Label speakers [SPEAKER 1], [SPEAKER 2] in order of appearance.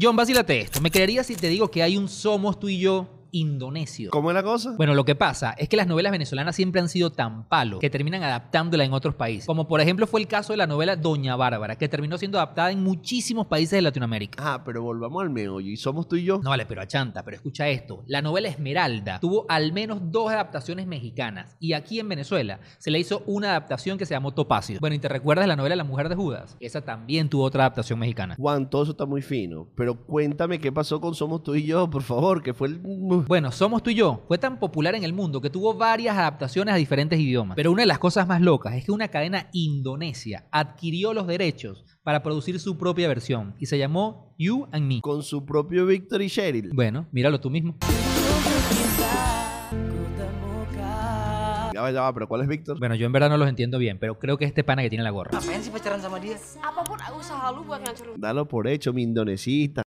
[SPEAKER 1] John, vacílate esto. Me creería si te digo que hay un somos tú y yo indonesio.
[SPEAKER 2] ¿Cómo es la cosa?
[SPEAKER 1] Bueno, lo que pasa es que las novelas venezolanas siempre han sido tan palo que terminan adaptándola en otros países. Como por ejemplo fue el caso de la novela Doña Bárbara, que terminó siendo adaptada en muchísimos países de Latinoamérica.
[SPEAKER 2] Ah, pero volvamos al meollo. ¿Y somos tú y yo?
[SPEAKER 1] No vale, pero achanta, pero escucha esto. La novela Esmeralda tuvo al menos dos adaptaciones mexicanas y aquí en Venezuela se le hizo una adaptación que se llamó Topacio. Bueno, ¿y te recuerdas la novela La Mujer de Judas? Esa también tuvo otra adaptación mexicana.
[SPEAKER 2] Juan, todo eso está muy fino. Pero cuéntame qué pasó con Somos tú y yo, por favor, que fue el...
[SPEAKER 1] Bueno, Somos tú y yo fue tan popular en el mundo que tuvo varias adaptaciones a diferentes idiomas. Pero una de las cosas más locas es que una cadena indonesia adquirió los derechos para producir su propia versión y se llamó You and Me.
[SPEAKER 2] Con su propio Victory Sheryl.
[SPEAKER 1] Bueno, míralo tú mismo.
[SPEAKER 2] Ya va, ya va, pero ¿cuál es Víctor?
[SPEAKER 1] Bueno, yo en verdad no los entiendo bien, pero creo que este pana que tiene la gorra.
[SPEAKER 3] Ngapain sih pacaran sama dia?
[SPEAKER 4] Apapun usaha lu buat ngancurin
[SPEAKER 2] Dalo por hecho, mi indonesita.